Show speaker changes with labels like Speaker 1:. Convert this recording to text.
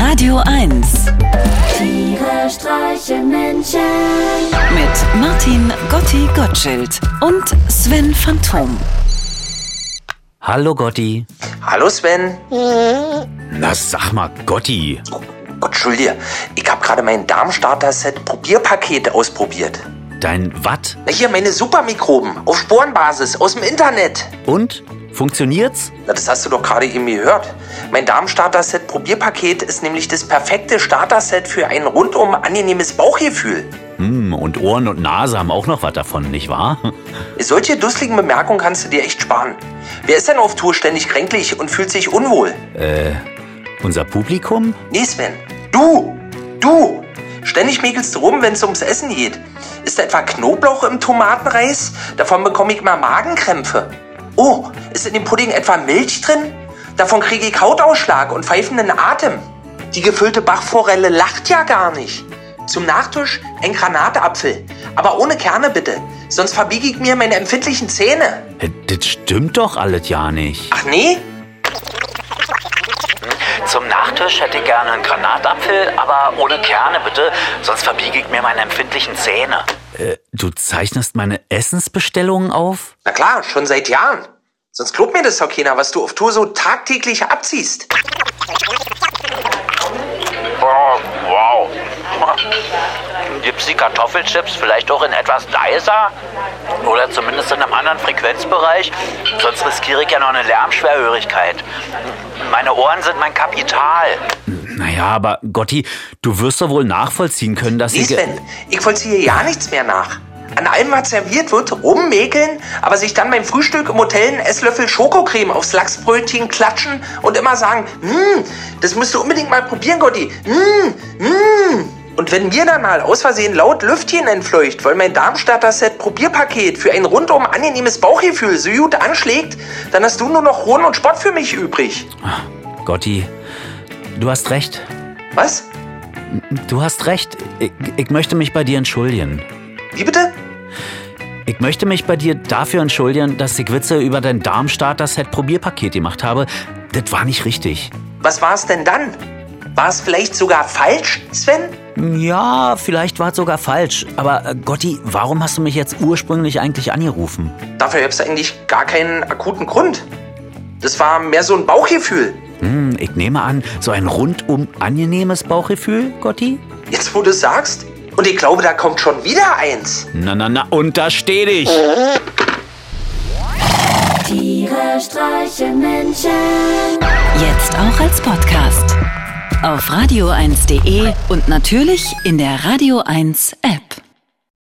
Speaker 1: Radio 1
Speaker 2: Tiere streichen Menschen.
Speaker 1: mit Martin Gotti Gottschild und Sven Phantom.
Speaker 3: Hallo Gotti.
Speaker 4: Hallo Sven.
Speaker 3: Na sag mal, Gotti.
Speaker 4: Gott, Entschuldige, ich habe gerade mein Darmstarter-Set Probierpaket ausprobiert.
Speaker 3: Dein Watt
Speaker 4: Na hier, meine Supermikroben auf Sporenbasis aus dem Internet.
Speaker 3: und? Funktioniert's?
Speaker 4: Na, das hast du doch gerade eben gehört. Mein Darmstarter-Set Probierpaket ist nämlich das perfekte Starter-Set für ein rundum angenehmes Bauchgefühl.
Speaker 3: Hm, und Ohren und Nase haben auch noch was davon, nicht wahr?
Speaker 4: Solche dusseligen Bemerkungen kannst du dir echt sparen. Wer ist denn auf Tour ständig kränklich und fühlt sich unwohl?
Speaker 3: Unser Publikum?
Speaker 4: Nee, Sven. Du! Du! Ständig mäkelst du rum, wenn es ums Essen geht. Ist da etwa Knoblauch im Tomatenreis? Davon bekomme ich mal Magenkrämpfe. Oh, ist in dem Pudding etwa Milch drin? Davon kriege ich Hautausschlag und pfeifenden Atem. Die gefüllte Bachforelle lacht ja gar nicht. Zum Nachtisch ein Granatapfel. Aber ohne Kerne bitte, sonst verbiege ich mir meine empfindlichen Zähne.
Speaker 3: Äh, Das stimmt doch alles ja nicht.
Speaker 4: Ach nee?
Speaker 5: Zum Nachtisch hätte ich gerne einen Granatapfel, aber ohne Kerne bitte, sonst verbiege ich mir meine empfindlichen Zähne.
Speaker 3: Äh, Du zeichnest meine Essensbestellungen auf?
Speaker 4: Na klar, schon seit Jahren. Sonst glaubt mir das doch keiner, was du auf Tour so tagtäglich abziehst.
Speaker 5: Oh, wow. Gibt's die Kartoffelchips vielleicht auch in etwas leiser? Oder zumindest in einem anderen Frequenzbereich? Sonst riskiere ich ja noch eine Lärmschwerhörigkeit. Meine Ohren sind mein Kapital.
Speaker 3: Naja, aber Gotti, du wirst doch wohl nachvollziehen können, dass
Speaker 4: Nee,
Speaker 3: ich...
Speaker 4: Sven, ich vollziehe ja nichts mehr nach. An allem, was serviert wird, rummäkeln, aber sich dann beim Frühstück im Hotel einen Esslöffel Schokocreme aufs Lachsbrötchen klatschen und immer sagen, hm, das musst du unbedingt mal probieren, Gotti. Hm, hm. Und wenn mir dann mal aus Versehen laut Lüftchen entfleucht, weil mein Darmstadter-Set Probierpaket für ein rundum angenehmes Bauchgefühl so gut anschlägt, dann hast du nur noch Hohn und Spott für mich übrig.
Speaker 3: Gotti, du hast recht.
Speaker 4: Was?
Speaker 3: Du hast recht. Ich, ich möchte mich bei dir entschuldigen.
Speaker 4: Wie bitte?
Speaker 3: Ich möchte mich bei dir dafür entschuldigen, dass ich Witze über dein Darmstarter-Set Probierpaket gemacht habe. Das war nicht richtig.
Speaker 4: Was war es denn dann? War es vielleicht sogar falsch, Sven?
Speaker 3: Ja, vielleicht war es sogar falsch. Aber äh, Gotti, warum hast du mich jetzt ursprünglich eigentlich angerufen?
Speaker 4: Dafür gab es eigentlich gar keinen akuten Grund. Das war mehr so ein Bauchgefühl.
Speaker 3: Hm, ich nehme an, so ein rundum angenehmes Bauchgefühl, Gotti?
Speaker 4: Jetzt, wo du es sagst. Und ich glaube, da kommt schon wieder eins.
Speaker 3: Na, na, na, und da steh dich!
Speaker 2: Tiere streichen Menschen.
Speaker 1: Jetzt auch als Podcast. Auf radio1.de und natürlich in der Radio 1 App.